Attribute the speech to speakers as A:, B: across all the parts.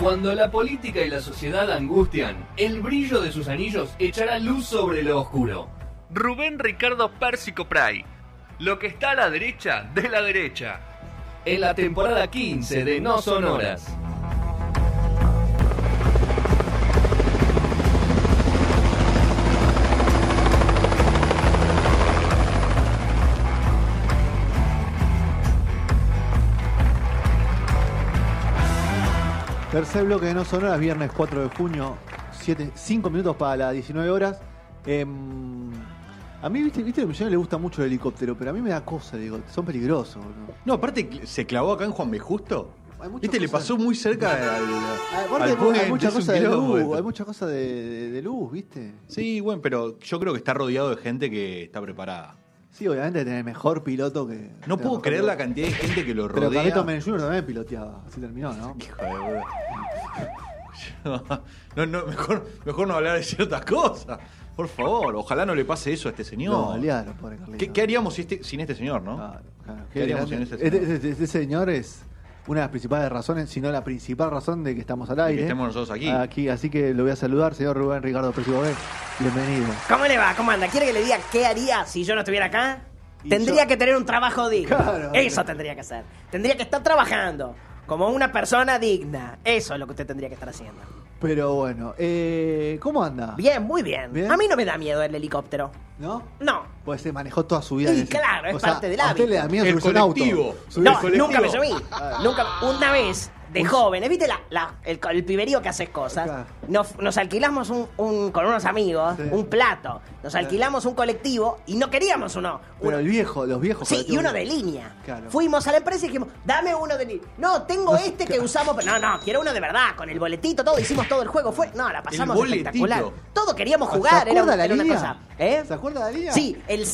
A: Cuando la política y la sociedad angustian, el brillo de sus anillos echará luz sobre lo oscuro. Rubén Ricardo Pérsico Pray. Lo que está a la derecha de la derecha. En la temporada 15 de No Sonoras.
B: Tercer bloque de No Sonoras, viernes 4 de junio, 5 minutos para las 19 horas. Em, a mí, viste, viste, que a Millonarios le gusta mucho el helicóptero, pero a mí me da cosa, digo, son peligrosos. boludo.
C: No, aparte cl- se clavó acá en Juan B. Justo.
B: Hay muchas
C: Este le
B: cosas-
C: pasó muy cerca al,
B: Aparte,
C: al
B: Ah, hay,
C: puente,
B: mucha
C: es un
B: cosa de
C: quilombo
B: luz,
C: esto.
B: hay mucha cosa de, de- de luz, viste.
C: Sí, bueno, pero yo creo que está rodeado de gente que está preparada.
B: Sí, obviamente tenés mejor piloto que.
C: No
B: tenés
C: puedo
B: mejor
C: creer
B: piloto.
C: la cantidad de gente que lo
B: Pero
C: rodea.
B: Carlitos Menem Jr. también piloteaba, así terminó, ¿no?
C: Hijo de boludo. No, no, mejor, mejor no hablar de ciertas cosas. Por favor, ojalá no le pase eso a este señor.
B: No, aliados, pobre Carlitos.
C: ¿Qué, qué haríamos si este- sin este señor, no?
B: Claro, claro.
C: ¿Qué haríamos sin ese
B: Este,
C: señor?
B: este- este señor es una de las principales razones, si no la principal razón de que estamos al
C: que
B: aire.
C: estemos nosotros aquí.
B: Así que lo voy a saludar, señor Rubén Ricardo Pérez Borré. Bienvenido.
D: ¿Cómo le va? ¿Cómo anda? ¿Quiere que le diga qué haría si yo no estuviera acá?
B: Y
D: Tendría
B: yo-
D: que tener un trabajo digno.
B: Claro.
D: Eso tendría que hacer. Tendría que estar trabajando como una persona digna. Eso es lo que usted tendría que estar haciendo.
B: Pero bueno, eh, ¿cómo anda?
D: Bien, muy bien.
B: Bien.
D: A mí no me da miedo el helicóptero.
B: ¿No?
D: No.
B: Pues se manejó toda su vida.
D: Y
B: en ese-
D: claro, es
B: o sea,
D: parte del
B: A usted
D: hábito.
B: le da miedo
C: El
B: subirse a un auto.
C: colectivo.
B: Subirse-
D: No,
C: el colectivo.
D: nunca me subí.
B: Ah.
D: Nunca. Una vez, de jóvenes, ¿viste la- la- el, el piberío que haces
B: Claro.
D: cosas? Nos, nos alquilamos un, un- con unos amigos
B: Sí.
D: un plato. Nos alquilamos un colectivo y no queríamos uno.
B: Pero
D: Uno-
B: el viejo, los viejos.
D: Sí, y
B: colectivos.
D: uno de línea.
B: Claro.
D: Fuimos a la empresa y dijimos, dame uno de línea. No, tengo este que usamos. pero No, no, quiero uno de verdad, con el boletito, todo. Hicimos todo el juego. Fue, no, la pasamos
C: El boletito.
D: espectacular. Todo queríamos jugar.
B: ¿Se
D: Era,
B: acuerda
D: era
B: la
D: una
B: línea?
D: cosa. ¿eh?
B: ¿Se acuerda la línea?
D: Sí, el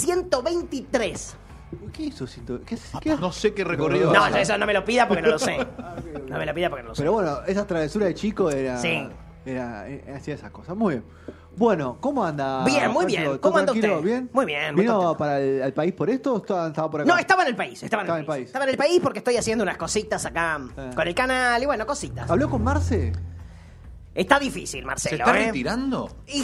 D: 123.
B: Uy, ¿Qué hizo? Cinto- ¿Qué, qué-
C: No sé qué recorrido.
D: No,
C: hace.
D: eso no me lo pida porque no lo sé. No me lo pida porque no lo sé.
B: Pero bueno, esa travesura de chico era.
D: Sí.
B: Era, eh, hacía esas cosas. Muy bien. Bueno, ¿cómo anda?
D: Bien, muy bien.
B: Pancho? ¿Todo
D: ¿Cómo anda
B: tranquilo?
D: usted?
B: ¿Bien?
D: Muy bien, muy
B: ¿Vino
D: contento.
B: para el al país por esto o estaba, estaba por acá?
D: No, estaba en el país, estaba en el, país. Estaba en el país porque estoy haciendo unas cositas acá
B: Ah.
D: con el canal y bueno, cositas.
B: ¿Habló con Marce?
D: Está difícil,
C: ¿Se
D: Marcelo.
C: está
D: ¿eh?
C: retirando?
D: Y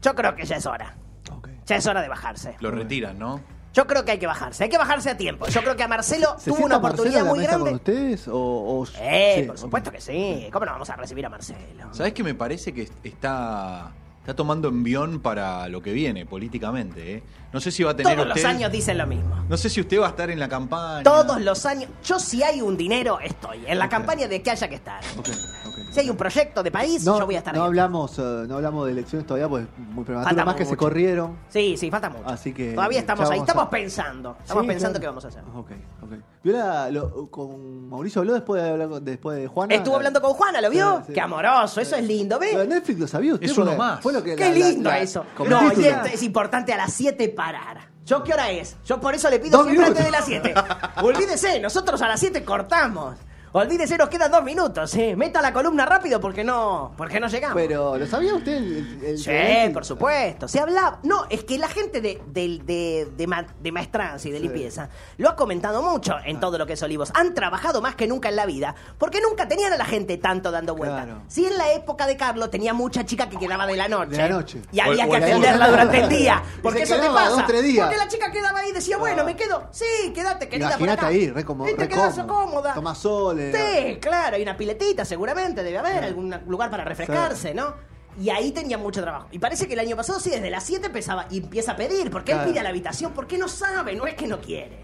D: yo creo que ya es hora.
B: Ok.
D: Ya es hora de bajarse.
C: Lo retiran, ¿no?
D: Yo creo que hay que bajarse, hay que bajarse a tiempo. Yo creo que a Marcelo
B: ¿Se
D: tuvo una
B: sienta Marcelo
D: oportunidad
B: a la
D: muy
B: mesa
D: grande.
B: con ustedes? O, o-
D: Eh,
B: sí,
D: por supuesto
B: ok.
D: que sí. ¿Cómo no vamos a recibir a Marcelo?
C: ¿Sabes que me parece que está está tomando envión para lo que viene políticamente, eh? No sé si va a tener
D: Todos los
C: usted-
D: años dicen lo mismo.
C: No sé si usted va a estar en la campaña.
D: Todos los años. Yo, si hay un dinero, estoy. En la campaña de que haya que estar.
B: Ok, ok.
D: Si hay un proyecto de país,
B: No,
D: yo voy a estar
B: no
D: ahí.
B: hablamos, eh, no hablamos de elecciones todavía, pues muy prematuro.
D: Falta
B: Más que se
D: mucho.
B: corrieron.
D: Sí, sí, falta mucho.
B: Así que,
D: Todavía estamos
B: ya
D: ahí.
B: vamos a-
D: Estamos pensando. Estamos
B: Sí,
D: pensando
B: claro.
D: qué vamos a hacer.
B: Ok, ok. Viola, lo- con Mauricio habló después de, hablar con- después de Juana.
D: Estuvo hablando con Juana, ¿lo vio?
B: Sí, sí.
D: Qué amoroso, eso es lindo,
B: Lo de
D: ¿ves?
B: Netflix lo sabía usted.
C: Es uno
B: Porque
C: más.
B: Fue lo que
D: Qué
B: la-
D: lindo
B: la- la-
D: eso.
B: como
D: No, y
B: título.
D: esto es importante a las 7 parar. ¿Yo qué hora es? Yo por eso le pido
B: Dos
D: siempre
B: minutos.
D: antes de las 7. Olvídese, nosotros a las 7 cortamos. Olvídese, nos quedan dos minutos, ¿eh? Meta la columna rápido porque no, porque no llegamos.
B: Pero, ¿lo sabía usted? El- el-
D: Sí,
B: el-
D: por supuesto. Se hablaba. No, es que la gente de, del- de, de ma- de maestranza y de limpieza lo ha comentado mucho
B: Ah.
D: en todo lo que es Olivos. Han trabajado más que nunca en la vida porque nunca tenían a la gente tanto dando vuelta.
B: Claro.
D: Si en la época de Carlos tenía mucha chica que quedaba de la noche.
B: De la noche.
D: Y había
C: O-
D: que
C: o la
D: atenderla
B: noche.
D: durante el día.
B: Y
D: Porque
B: se
D: eso te
B: quedaba
D: pasa.
B: dos, tres días.
D: Porque la chica quedaba ahí y decía, bueno, me quedo. Sí, quédate, querida. por
B: Imaginate
D: acá.
B: ahí, re como-
D: Y te
B: re
D: quedás
B: cómodo.
D: cómoda.
B: Tomás sol, eh.
D: Sí, claro, hay una piletita seguramente, debe haber algún lugar para refrescarse, ¿no? Y ahí tenía mucho trabajo. Y parece que el año pasado sí, desde las 7 empezaba y empieza a pedir, porque
B: Claro.
D: él pide a la habitación, porque no sabe, no es que no quiere,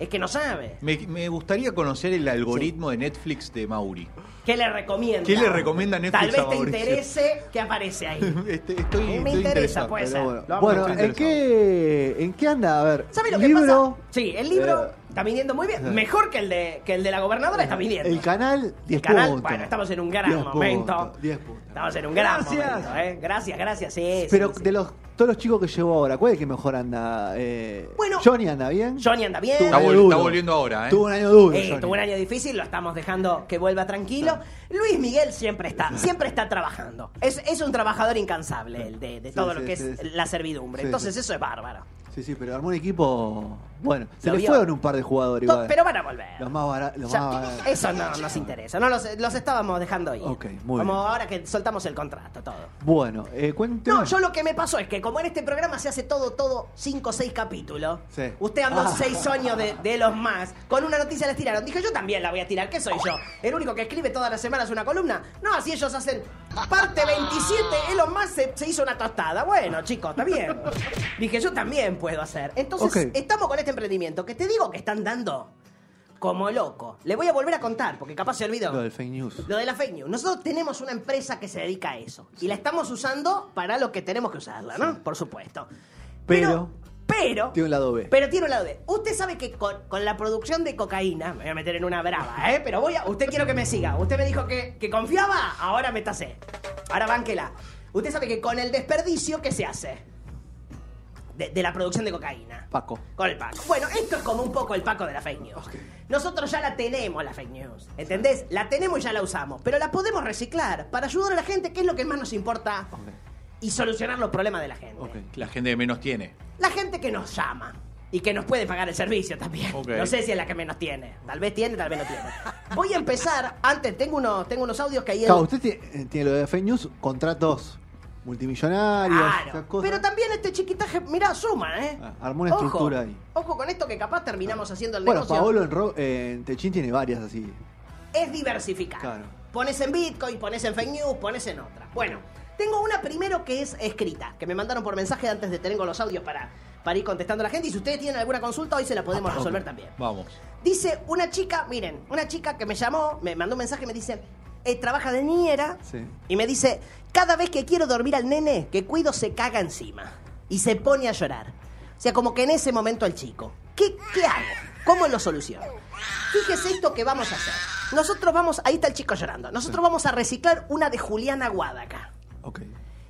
D: es que no sabe.
C: Me, me gustaría conocer el algoritmo de Netflix de Mauri.
D: ¿Qué le recomienda?
C: ¿Qué le recomienda Netflix
D: Tal vez
C: a
D: te
C: Mauricio?
D: interese que aparece ahí.
C: Este- estoy,
D: Me
C: estoy
D: interesa,
C: interesado.
D: pues.
B: Pero bueno,
D: Lo-
B: Bueno,
C: lo-
B: ¿en qué, ¿en qué anda? A ver,
D: ¿Sabe lo que
B: libro,
D: pasa? Sí, el libro
B: eh,
D: está viniendo muy bien, mejor que el de, que el de la gobernadora está viniendo.
B: el canal, 10
D: El canal,
B: puntos.
D: bueno, estamos en un gran
B: 10
D: momento.
B: puntos, 10 puntos.
D: Estamos en un gran
B: Gracias.
D: momento, ¿eh? Gracias, gracias, sí. sí,
B: Pero
D: sí.
B: de los todos los chicos que llevo ahora, ¿cuál es el que mejor anda? Eh,
D: Bueno,
B: Johnny anda bien.
D: Johnny anda bien.
B: Tuvo un
C: Está
B: año
C: vol- está
B: duro.
C: volviendo ahora, ¿eh?
B: Tuvo un año duro.
D: Eh,
B: Johnny.
D: tuvo un año difícil, lo estamos dejando que vuelva tranquilo. Luis Miguel siempre está, siempre está trabajando. Es, es un trabajador incansable el de, de
B: Sí,
D: todo
B: sí,
D: lo que
B: sí,
D: es
B: sí.
D: la servidumbre.
B: Sí,
D: Entonces
B: sí.
D: eso es bárbaro.
B: Sí, sí, pero armó un equipo. Bueno, se
D: Lo
B: le
D: vio.
B: fueron un par de jugadores.
D: To-
B: igual.
D: Pero van a volver.
B: Los más baratos. Los
D: Ya, eh,
B: más baratos.
D: eso no nos interesa, no los, los estábamos dejando ahí.
B: Ok, muy
D: Como
B: bien.
D: ahora que soltamos el contrato, todo.
B: Bueno, eh, cuénteme.
D: No, yo lo que me pasó es que como en este programa se hace todo, todo, cinco o seis capítulos,
B: Sí.
D: usted andó
B: Ah.
D: seis años de, de los más, con una noticia les tiraron. Dije, yo también la voy a tirar, ¿qué soy yo? ¿El único que escribe todas las semanas una columna? No, si ellos hacen parte 27, Elon Musk se, se hizo una tostada. Bueno, chicos, está bien. Dije, yo también puedo hacer. Entonces,
B: Ok.
D: estamos con este emprendimiento que te digo que están dando como loco. Le voy a volver a contar, porque capaz se olvidó.
B: Lo del fake news.
D: Lo de la fake news. Nosotros tenemos una empresa que se dedica a eso. Y la estamos usando para lo que tenemos que usarla, ¿no? Por supuesto.
B: Pero-
D: Pero.
B: Tiene un lado B.
D: Pero tiene un lado B. Usted sabe que con, con la producción de cocaína. Me voy a meter en una brava, ¿eh? Pero voy a. Usted quiero que me siga. Usted me dijo que, que confiaba. Ahora métase. Ahora bánquela. Usted sabe que con el desperdicio, ¿qué se hace? De- de la producción de cocaína.
B: Paco.
D: Con el Paco. Bueno, esto es como un poco el Paco de la fake news. Nosotros ya la tenemos, la fake news. ¿Entendés? La tenemos y ya la usamos. Pero la podemos reciclar para ayudar a la gente, que es lo que más nos importa, y solucionar los problemas de la gente.
B: Ok.
C: La gente que menos tiene.
D: La gente que nos llama y que nos puede pagar el servicio también.
C: Ok.
D: No sé si es la que menos tiene. Tal vez tiene, tal vez no tiene. Voy a empezar. Antes, tengo unos, tengo unos audios que ahí. en-
B: Claro, usted tiene, tiene lo de fake news, contratos multimillonarios, esas
D: Claro,
B: cosas.
D: pero también este chiquitaje, mirá, suma, ¿eh?
B: Ah, armó una
D: Ojo,
B: estructura ahí. Ah.
D: Ojo con esto que capaz terminamos haciendo el
B: bueno,
D: negocio.
B: Paolo en, Ro- en Techín tiene varias así.
D: es diversificar.
B: Claro.
D: Pones en Bitcoin, pones en fake news, pones en otra. Bueno, tengo una primero que es escrita, que me mandaron por mensaje antes de tener los audios para, para ir contestando a la gente. Y si ustedes tienen alguna consulta, hoy se la
B: Ah,
D: podemos resolver también.
C: Vamos.
D: Dice una chica, miren, una chica que me llamó, me mandó un mensaje y me dice, eh, trabaja de niñera.
B: Sí.
D: Y me dice, cada vez que quiero dormir al nene, que cuido se caga encima. Y se pone a llorar. O sea, como que en ese momento el chico. ¿Qué, qué hago? ¿Cómo lo soluciono? Fíjese esto que vamos a hacer. Nosotros vamos, ahí está el chico llorando. Nosotros vamos a reciclar una de Julián Aguada acá.
B: Ok.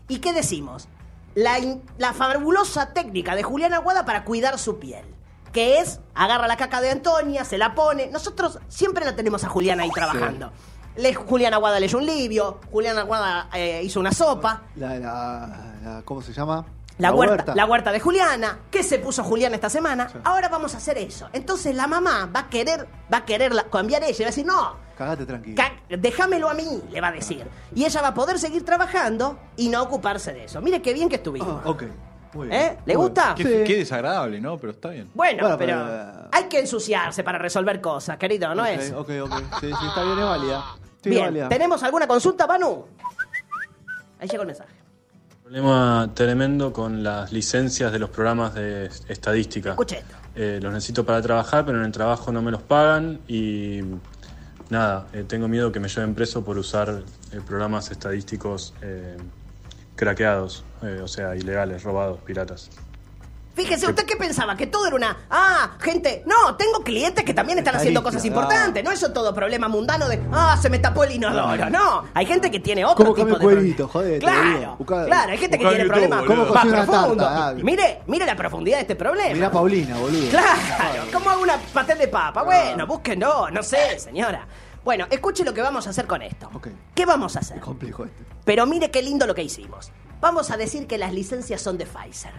D: ¿Y qué decimos? La, in- la fabulosa técnica de Julián Aguada para cuidar su piel. Que es, agarra la caca de Antonia, se la pone. Nosotros siempre la tenemos a Julián ahí trabajando. Le- Julián Aguada leyó un libio, Julián Aguada eh, hizo una sopa.
B: La, la, la- ¿Cómo se llama?
D: La huerta, la huerta de Juliana, que se puso Juliana esta semana.
B: Sí.
D: Ahora vamos a hacer eso. Entonces la mamá va a querer, va a querer la- cambiar ella, y va a decir, no,
B: Cagate tranquilo.
D: Ca- Déjamelo a mí, le va a decir. Y ella va a poder seguir trabajando y no ocuparse de eso. Mire qué bien que
B: Ah,
D: estuvimos.
B: ok. Muy bien.
D: ¿Eh? ¿Le
B: Muy bien.
D: gusta?
C: Qué,
B: Sí.
C: qué desagradable, ¿no? Pero está bien.
D: Bueno,
B: Bueno,
D: pero,
B: pero- eh,
D: hay que ensuciarse para resolver cosas, querido, ¿no
B: Ok,
D: es?
B: Ok, ok. Sí, sí, está bien, es válida. Sí, es
D: bien,
B: válida.
D: ¿tenemos alguna consulta, Panu? Ahí llegó el mensaje.
E: Problema tremendo con las licencias de los programas de estadística.
D: Escuche esto.
E: Eh, los necesito para trabajar, pero en el trabajo no me los pagan y nada, eh, tengo miedo que me lleven preso por usar eh, programas estadísticos eh, craqueados, eh, o sea, ilegales, robados, piratas.
D: Fíjese, ¿usted qué pensaba? Que todo era una. Ah, gente. No, tengo clientes que también están haciendo cosas
B: Estadística,
D: importantes. No eso todo problema mundano de. Ah, se me tapó el inodoro. No. Hay gente que tiene otro
B: ¿Cómo
D: tipo
B: cambia
D: de.
B: el cuerito?
D: problemas.
B: Jodete,
D: claro.
B: boludo. Buscá-
D: claro, hay gente que
C: buscá
D: tiene
C: en YouTube,
D: problemas
C: boludo.
D: más
B: ¿Cómo cocinar una
D: profundos.
B: tarta? Ah,
D: Y mire, mire la profundidad de este problema.
B: Mirá a Paulina, boludo.
D: Claro, ¿cómo hago una pastel de papa? Bueno, búsquenlo, no sé, señora. Bueno, escuche lo que vamos a hacer con esto.
B: Ok.
D: ¿Qué vamos a hacer?
B: Es complejo este.
D: Pero mire qué lindo lo que hicimos. Vamos a decir que las licencias son de Pfizer.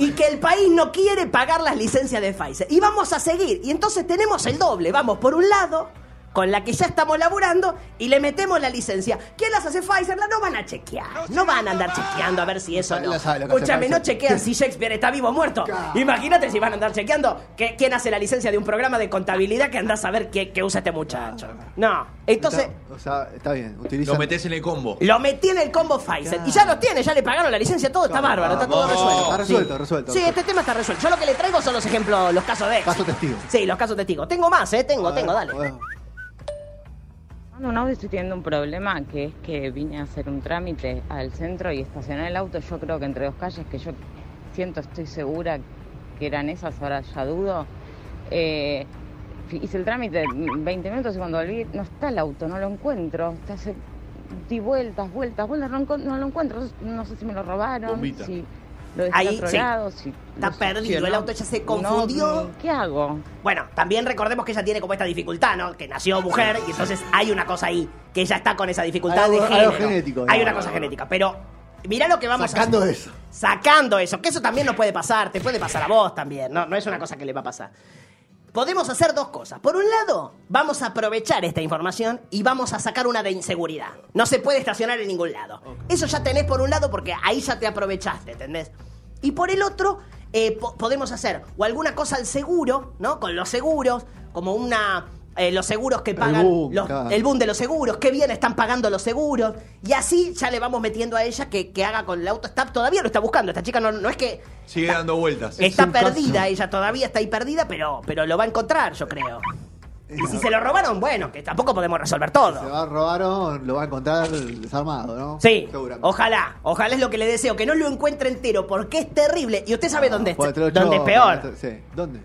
D: Y que el país no quiere pagar las licencias de Pfizer. Y vamos a seguir. Y entonces tenemos el doble. Vamos por un lado, con la que ya estamos laburando, y le metemos la licencia. ¿Quién las hace Pfizer? La no van a chequear. No, van a andar chequeando a ver si eso
B: sabe-
D: no.
B: la sabe lo que hace
D: Escúchame, no
B: Pfizer.
D: chequean si Shakespeare está vivo o muerto. Imagínate si van a andar chequeando que- quién hace la licencia de un programa de contabilidad que andás a ver qué, qué usa este muchacho.
B: Ah,
D: No. Entonces.
B: Está- o sea, está bien. Utiliza.
C: Lo metes en el combo.
D: Lo metí en el combo Pfizer. Y ya lo tiene, ya le pagaron la licencia, todo está bárbaro, está todo
B: Vamos.
D: resuelto.
B: Ah, Está resuelto, resuelto,
D: Sí,
B: resuelto.
D: este tema está resuelto. Yo lo que le traigo son los ejemplos, los casos de éxito.
B: Caso testigo.
D: Sí, los casos testigos. Tengo más, eh, tengo, tengo, dale.
F: Mando un audio estoy teniendo un problema que es que vine a hacer un trámite al centro y estacioné el auto, yo creo que entre dos calles que yo siento, estoy segura que eran esas, ahora ya dudo. Eh, hice el trámite 20 minutos y cuando volví no está el auto, no lo encuentro. Te hace, di vueltas, vueltas, vueltas, no, encon- no lo encuentro. No sé si me lo robaron,
C: Bombita.
F: si lo dejé
D: Ahí,
F: a otro
D: sí.
F: lado, si
D: Está
F: lo
D: perdido,
F: succionó.
D: el auto ya se
F: No,
D: confundió.
F: ¿Qué hago?
D: Bueno, también recordemos que ella tiene como esta dificultad, ¿no? Que nació mujer y entonces hay una cosa ahí, que ella está con esa dificultad
B: Algo-
D: de
B: algo
D: género.
B: genético,
D: hay
B: digamos.
D: una cosa genética, pero Mirá lo que vamos
B: Sacando
D: a hacer.
B: eso.
D: Sacando eso, que eso también nos puede pasar, te puede pasar a vos también, no, no es una cosa que le va a pasar. Podemos hacer dos cosas. Por un lado, vamos a aprovechar esta información y vamos a sacar una de inseguridad. No se puede estacionar en ningún lado. Eso ya tenés por un lado porque ahí ya te aprovechaste, ¿entendés? Y por el otro, eh, po- podemos hacer o alguna cosa al seguro, ¿no? Con los seguros, como una... eh, los seguros que pagan...
B: boom,
D: los-
B: claro.
D: el boom de los seguros, qué bien están pagando los seguros. Y así ya le vamos metiendo a ella que, que haga con el auto. Está, todavía lo está buscando. Esta chica no, no es que.
C: Sigue dando vueltas.
B: Es
D: Está
B: un caso.
D: perdida, ella todavía está ahí perdida, pero, pero lo va a encontrar, yo creo. Y si se lo robaron, bueno, que tampoco podemos resolver
B: Se
D: todo.
B: va a robar, lo va a encontrar desarmado, ¿no?
D: Sí,
B: Seguramente.
D: ojalá, ojalá es lo que le deseo, que no lo encuentre entero, porque es terrible. Y usted sabe dónde, es-
B: Bueno, te lo
D: dónde es
B: chocan,
D: peor.
B: Sí, ¿dónde?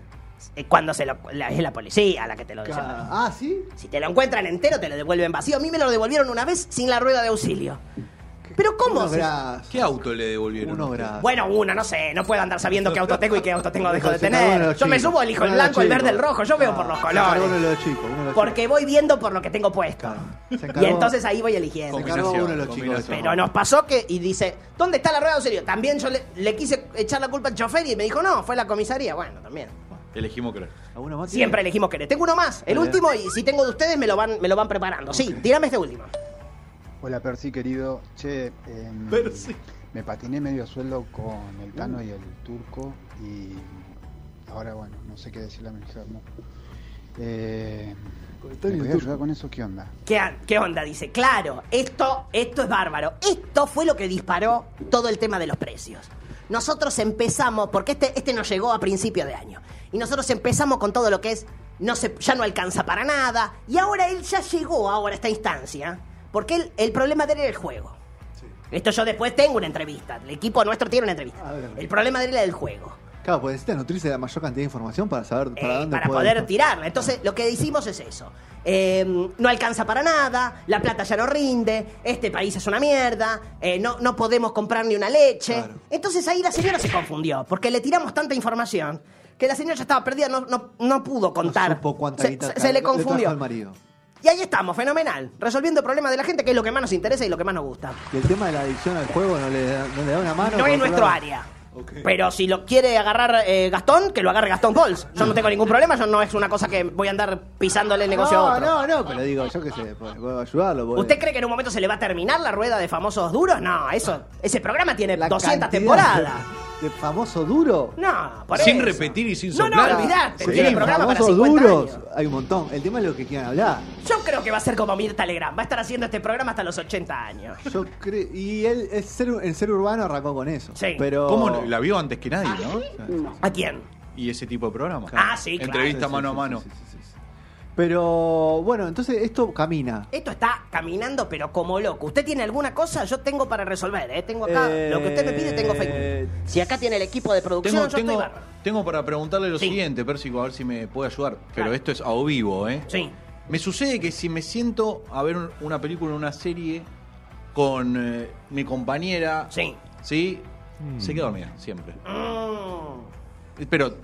D: Eh, Cuando se lo, la- es la policía la que te lo dice.
B: Ah, ¿sí?
D: Si te lo encuentran entero, te lo devuelven vacío. A mí me lo devolvieron una vez sin la rueda de auxilio. Pero ¿cómo?
B: Unos
D: se-
B: brazos,
C: ¿Qué auto le devolvieron?
B: unos brazos.
D: Bueno, uno, no sé, no puedo andar sabiendo qué auto tengo y qué auto tengo dejo de
B: Se cargó uno de
D: tener.
B: los
D: Yo me
B: chicos.
D: subo, elijo el
B: Uno de los
D: blanco, el verde, el
B: chicos.
D: rojo, yo veo
B: Ah,
D: por los
B: se cargó uno de
D: colores.
B: los chicos, uno de los
D: Porque voy viendo por lo que tengo puesto.
B: Claro. Se
D: Y
B: encargó-
D: entonces ahí voy eligiendo.
B: Se cargó uno de los chicos.
C: Combinación.
D: Pero nos pasó que, y dice, ¿dónde está la rueda de auxilio? También yo le, le quise echar la culpa al chofer y me dijo, no, fue la comisaría. Bueno, también.
C: Elegimos creer.
B: ¿Alguno más?
D: Siempre elegimos querer. Tengo uno más, el
B: Dale.
D: último, y si tengo de ustedes me lo van, me lo van preparando. Sí, tirame este último.
G: Hola Percy querido, che, em,
C: Percy.
G: me patiné medio sueldo con el Tano y el Turco y ahora bueno, no sé qué decirle a mi enfermo. Eh,
B: Con el Tano
G: ¿Me
B: y el
G: podés
B: Turco.
G: ayudar con eso? ¿Qué onda?
D: ¿Qué, qué onda? Dice, claro, esto, esto es bárbaro. Esto fue lo que disparó todo el tema de los precios. Nosotros empezamos, porque este, este nos llegó a principio de año, y nosotros empezamos con todo lo que es, no se, ya no alcanza para nada, y ahora él ya llegó ahora a esta instancia, porque él- el problema de él era el juego. Esto yo después tengo una entrevista, el equipo nuestro tiene una
B: A
D: entrevista.
B: ver.
D: El problema de él era el juego.
B: Claro, pues necesita nutrirse de la mayor cantidad de información para saber para
D: Eh,
B: dónde
D: para
B: puede
D: poder
B: ir.
D: tirarla. Entonces, lo que hicimos es eso. Eh, no alcanza para nada, la plata ya no rinde, este país es una mierda, eh, no, no podemos comprar ni una leche.
B: Claro.
D: Entonces ahí la señora se confundió, porque le tiramos tanta información que la señora ya estaba perdida, no, no, no pudo contar.
B: No supo cuánta
D: se,
B: guita
D: se-
B: tra-
D: se le
B: trajo al
D: confundió.
B: marido.
D: Y ahí estamos, fenomenal, resolviendo problemas de la gente, que es lo que más nos interesa y lo que más nos gusta.
B: Y el tema de la adicción al juego no le da, no le da una mano.
D: No
B: Por
D: es
B: otro
D: nuestro
B: lado-
D: área. Pero si lo quiere agarrar eh, Gastón, que lo agarre Gastón Pauls. Yo no tengo ningún problema, yo no es una cosa que voy a andar pisándole el negocio a
B: No,
D: otro.
B: no, no, pero digo, yo qué sé, puedo, puedo ayudarlo. puedo-
D: ¿Usted cree que en un momento se le va a terminar la rueda de famosos duros? No, eso, ese programa tiene
B: La
D: 200
B: cantidad
D: temporadas.
B: De, de famoso duro.
D: No, por
C: Sin
D: eso.
C: repetir y sin
D: No, no,
C: soplar.
D: olvidate.
C: Sí,
D: tiene programa para
B: famosos
D: 50
B: duros.
D: años.
B: Hay un montón. El tema es lo que quieran hablar.
D: Yo creo que va a ser como Mirta Legrand. Va a estar haciendo este programa hasta los 80 años.
B: Yo creo. Y él, es ser, el ser urbano arrancó con eso.
D: Sí.
B: Pero.
C: ¿Cómo no? la vio antes que nadie, no?
D: Ah, ¿A quién?
C: Y ese tipo de programa.
D: Ah, sí, claro.
C: Entrevista
B: Sí, sí,
C: mano a
B: sí,
C: mano.
B: sí, sí, sí, sí. Pero bueno, entonces esto camina.
D: Esto está caminando, pero como loco. ¿Usted tiene alguna cosa? Yo tengo para resolver, ¿eh? Tengo acá
B: Eh,
D: lo que usted me pide, tengo Facebook. Si acá tiene el equipo de producción,
C: Eh, Tengo,
D: yo
C: tengo-
D: estoy bárbaro.
C: tengo para preguntarle lo
D: Sí.
C: siguiente, Persico, a ver si me puede ayudar. Pero
D: Claro.
C: esto es a o vivo, ¿eh?
D: Sí.
C: Me sucede que si me siento a ver un- una película, una serie con eh, mi compañera,
D: Sí.
C: ¿sí?
B: Mm.
C: Se queda dormida, siempre.
D: Mm,
C: Pero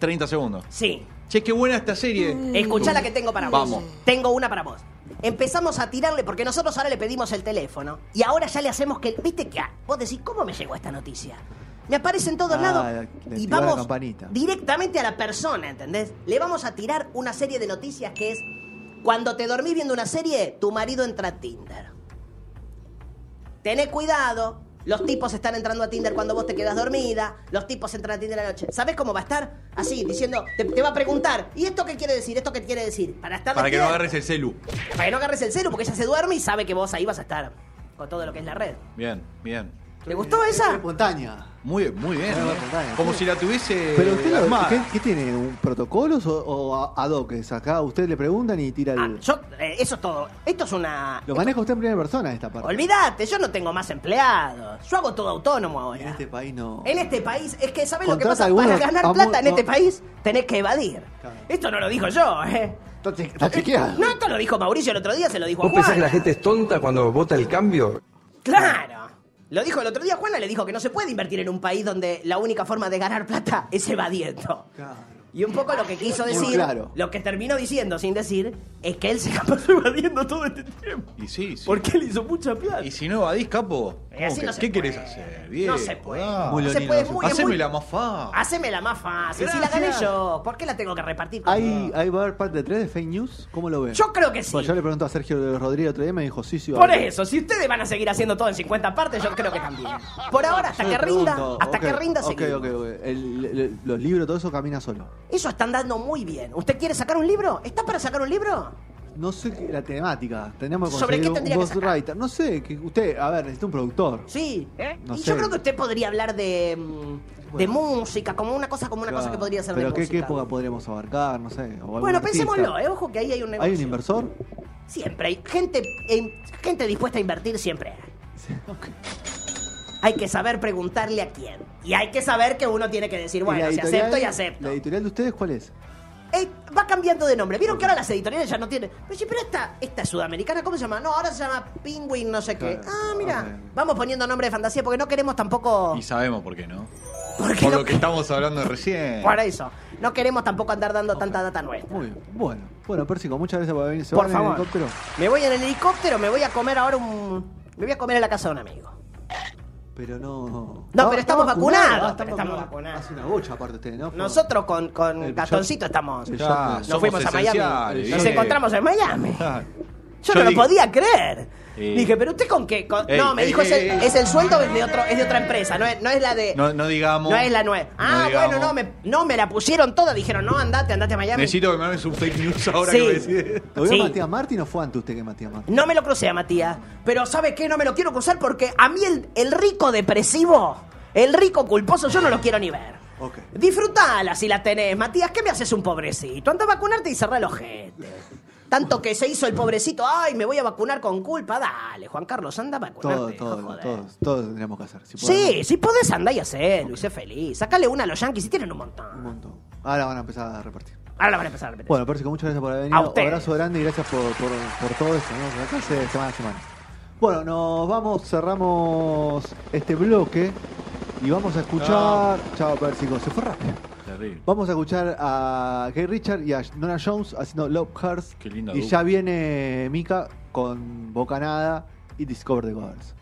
C: 30 segundos.
D: sí.
C: Che, qué buena esta serie.
D: Escuchá la que tengo para vos.
C: Vamos.
D: Tengo una para vos. Empezamos a tirarle, porque nosotros ahora le pedimos el teléfono. Y ahora ya le hacemos que. ¿Viste qué? Vos decís, ¿cómo me llegó esta noticia? Me aparece en todos
B: Ah,
D: lados.
B: le
D: Y
B: tiró la
D: vamos
B: campanita.
D: directamente a la persona, ¿entendés? Le vamos a tirar una serie de noticias que es. Cuando te dormís viendo una serie, tu marido entra a Tinder. Tené cuidado. Los tipos están entrando a Tinder cuando vos te quedas dormida. Los tipos entran a Tinder a la noche. ¿Sabés cómo va a estar? Así, diciendo, te, te va a preguntar, ¿y esto qué quiere decir? ¿Esto qué quiere decir? Para estar
C: Para que no
D: despierto.
C: agarres el celu.
D: Para que no agarres el celu, porque ella se duerme y sabe que vos ahí vas a estar con todo lo que es la red.
C: Bien, bien.
D: ¿Te gustó esa?
B: Montaña.
C: Muy, muy bien.
B: Bueno,
C: ¿eh?
B: dale,
C: Como
B: sí.
C: si la tuviese.
B: Pero usted lo-
C: armada.
B: ¿qué, qué tiene? ¿Un protocolos o, o a- ad hoc? Es Acá usted le preguntan y tira el.
D: Ah, yo, eh, eso es todo. Esto es una.
B: Lo maneja usted en primera persona esta parte.
D: Olvídate, yo no tengo más empleados. Yo hago todo autónomo ahora.
B: En este país no.
D: En este país, es que ¿sabés lo que
B: Contrata
D: pasa?
B: algunos
D: Para ganar
B: a mu-
D: plata en
B: no.
D: este país, tenés que evadir.
B: Claro.
D: Esto no lo digo yo, ¿eh?
B: Está che- está chequeado.
D: No, esto lo dijo Mauricio el otro día, se lo dijo a
H: ¿Vos pensás que
D: Juana.
H: la gente es tonta cuando vota el cambio?
D: Claro. Lo dijo el otro día Juana, le dijo que no se puede invertir en un país donde la única forma de ganar plata es evadiendo.
B: Claro.
D: Y un poco lo que quiso
B: Muy
D: decir,
B: claro.
D: lo que terminó diciendo sin decir, es que él se la pasó evadiendo todo este tiempo.
C: Y sí, sí.
D: Porque él hizo mucha plata.
C: Y si no evadís, capo,
D: Y
C: ¿cómo
D: así
C: que-
D: no se
C: ¿qué
D: puede.
C: querés hacer? Viejo?
D: No se puede.
C: Ah.
B: Muy
D: no se
B: leonino,
D: puede,
B: no se
D: muy, es muy-
C: Hacémela más fácil.
D: Hacémela más fácil. Si la gané
B: Gracias.
D: yo, ¿por qué la tengo que repartir? con
B: ¿Hay,
D: vos?
B: ¿Hay va a haber parte 3 de fake news? ¿Cómo lo ves?
D: Yo creo que sí.
B: yo le pregunto a Sergio Rodríguez otro día y me dijo, sí, sí. va a
D: Por
B: haber.
D: eso, si ustedes van a seguir haciendo todo en 50 partes, yo creo que también. Por ahora, hasta
B: Yo
D: que
B: le
D: rinda,
B: pregunto,
D: hasta
B: ok,
D: que rinda,
B: ok,
D: seguimos.
B: ok, ok. El- el- los libros, todo eso camina solo.
D: Eso están dando muy bien. ¿Usted quiere sacar un libro? ¿Está para sacar un libro?
B: No sé qué- la temática. Tenemos que
D: ¿Sobre
B: conseguir
D: qué
B: un
D: tendría que sacar?
B: ghostwriter. No sé, que usted, a ver, necesita un productor.
D: Sí.
B: No
D: y
B: sé.
D: yo creo que usted podría hablar de, mm, de música, como una cosa, como una cosa que
B: Claro.
D: podría ser
B: Pero
D: de
B: qué,
D: música.
B: qué época podríamos abarcar, no sé. o algún
D: bueno,
B: artista.
D: pensémoslo, eh, ojo que ahí hay un negocio.
B: ¿Hay un inversor?
D: Siempre hay gente, eh, gente dispuesta a invertir, siempre hay. Hay que saber preguntarle a quién. Y hay que saber que uno tiene que decir,
B: ¿Y
D: bueno,
B: la
D: si
B: editorial-
D: acepto y acepto.
B: ¿La editorial de ustedes cuál es?
D: Eh, va cambiando de nombre. ¿Vieron que ahora las editoriales ya no tienen? Pero, sí, pero esta, esta es sudamericana, ¿cómo se llama? No, ahora se llama Penguin, no sé qué.
B: Claro.
D: Ah, mira.
B: Ok.
D: Vamos poniendo nombre de fantasía porque no queremos tampoco.
C: Y sabemos por qué no.
D: Porque
C: Por
D: no-
C: lo que estamos hablando recién.
D: Por eso. No queremos tampoco andar dando tanta data nuestra.
B: Muy bien. Bueno, bueno, Pérsico, muchas gracias por venir. ¿Se
D: Por
B: van en
D: favor.
B: helicóptero?
D: Me voy en el helicóptero, me voy a comer ahora un. Me voy a comer a la casa de un amigo.
B: Pero no. No,
D: pero estamos
B: está
D: vacunados,
B: ah, está
D: pero estamos vacunados.
B: Hace una bocha aparte ustedes, ¿no?
D: Nosotros con, con
B: El
D: Gastoncito
B: shot-
D: estamos.
B: el
C: Ya,
B: shot-
D: Nos
C: somos
D: fuimos a Miami.
C: esenciales,
D: Nos
C: ¿viste?
D: encontramos en Miami.
C: Ah.
D: Yo,
C: Yo
D: no
C: digo-
D: lo podía creer.
C: Eh.
D: Dije, pero usted con qué. con-
C: Ey,
D: no, me
C: ey,
D: dijo,
C: ey,
D: es, el,
C: ey.
D: es el sueldo es de otro, es de otra empresa, no es, no es la de.
C: No, no digamos.
D: no es la nueva. Ah,
C: digamos.
D: bueno, no me, no, me la pusieron toda. Dijeron, no, andate, andate a Miami.
C: Necesito que me hagas un fake news ahora
D: Sí.
C: que me decís.
B: ¿Lo vio
D: Sí.
B: Matías Martín o fue ante usted que Matías Martín?
D: No me lo crucé a Matías. Pero ¿sabe qué? No me lo quiero cruzar porque a mí el, el rico depresivo, el rico culposo, yo no lo quiero ni ver.
B: Ok.
D: Disfrutala si la tenés, Matías. ¿Qué me haces un pobrecito? Anda a vacunarte y cerrá el ojete. Tanto que se hizo el pobrecito, ay, me voy a vacunar con culpa. Dale, Juan Carlos, anda a
B: Todo,
D: vacunarte.
B: todo,
D: joder.
B: todos, todos tendríamos que hacer. si
D: Sí,
B: podemos.
D: si podés andar y hacerlo y sé feliz. Sacale una a los yankees si tienen un montón.
B: Un montón. Ahora van a empezar a repartir.
D: Ahora la van a empezar a repetir.
B: Bueno, Pérsico, muchas gracias por haber
D: A
B: venido. Un
D: ustedes.
B: abrazo grande y gracias por, por, por todo esto, ¿no? Que nos hace semana a semana. Bueno, nos vamos, cerramos este bloque y vamos a escuchar. Chao, Pérsico, se fue rápido.
C: Terrible.
B: Vamos a escuchar a Gay Richard y a Nora Jones haciendo Love Hearts.
C: Qué linda
B: Y
C: dupla.
B: ya viene Mika con Bocanada y Discover the Gods.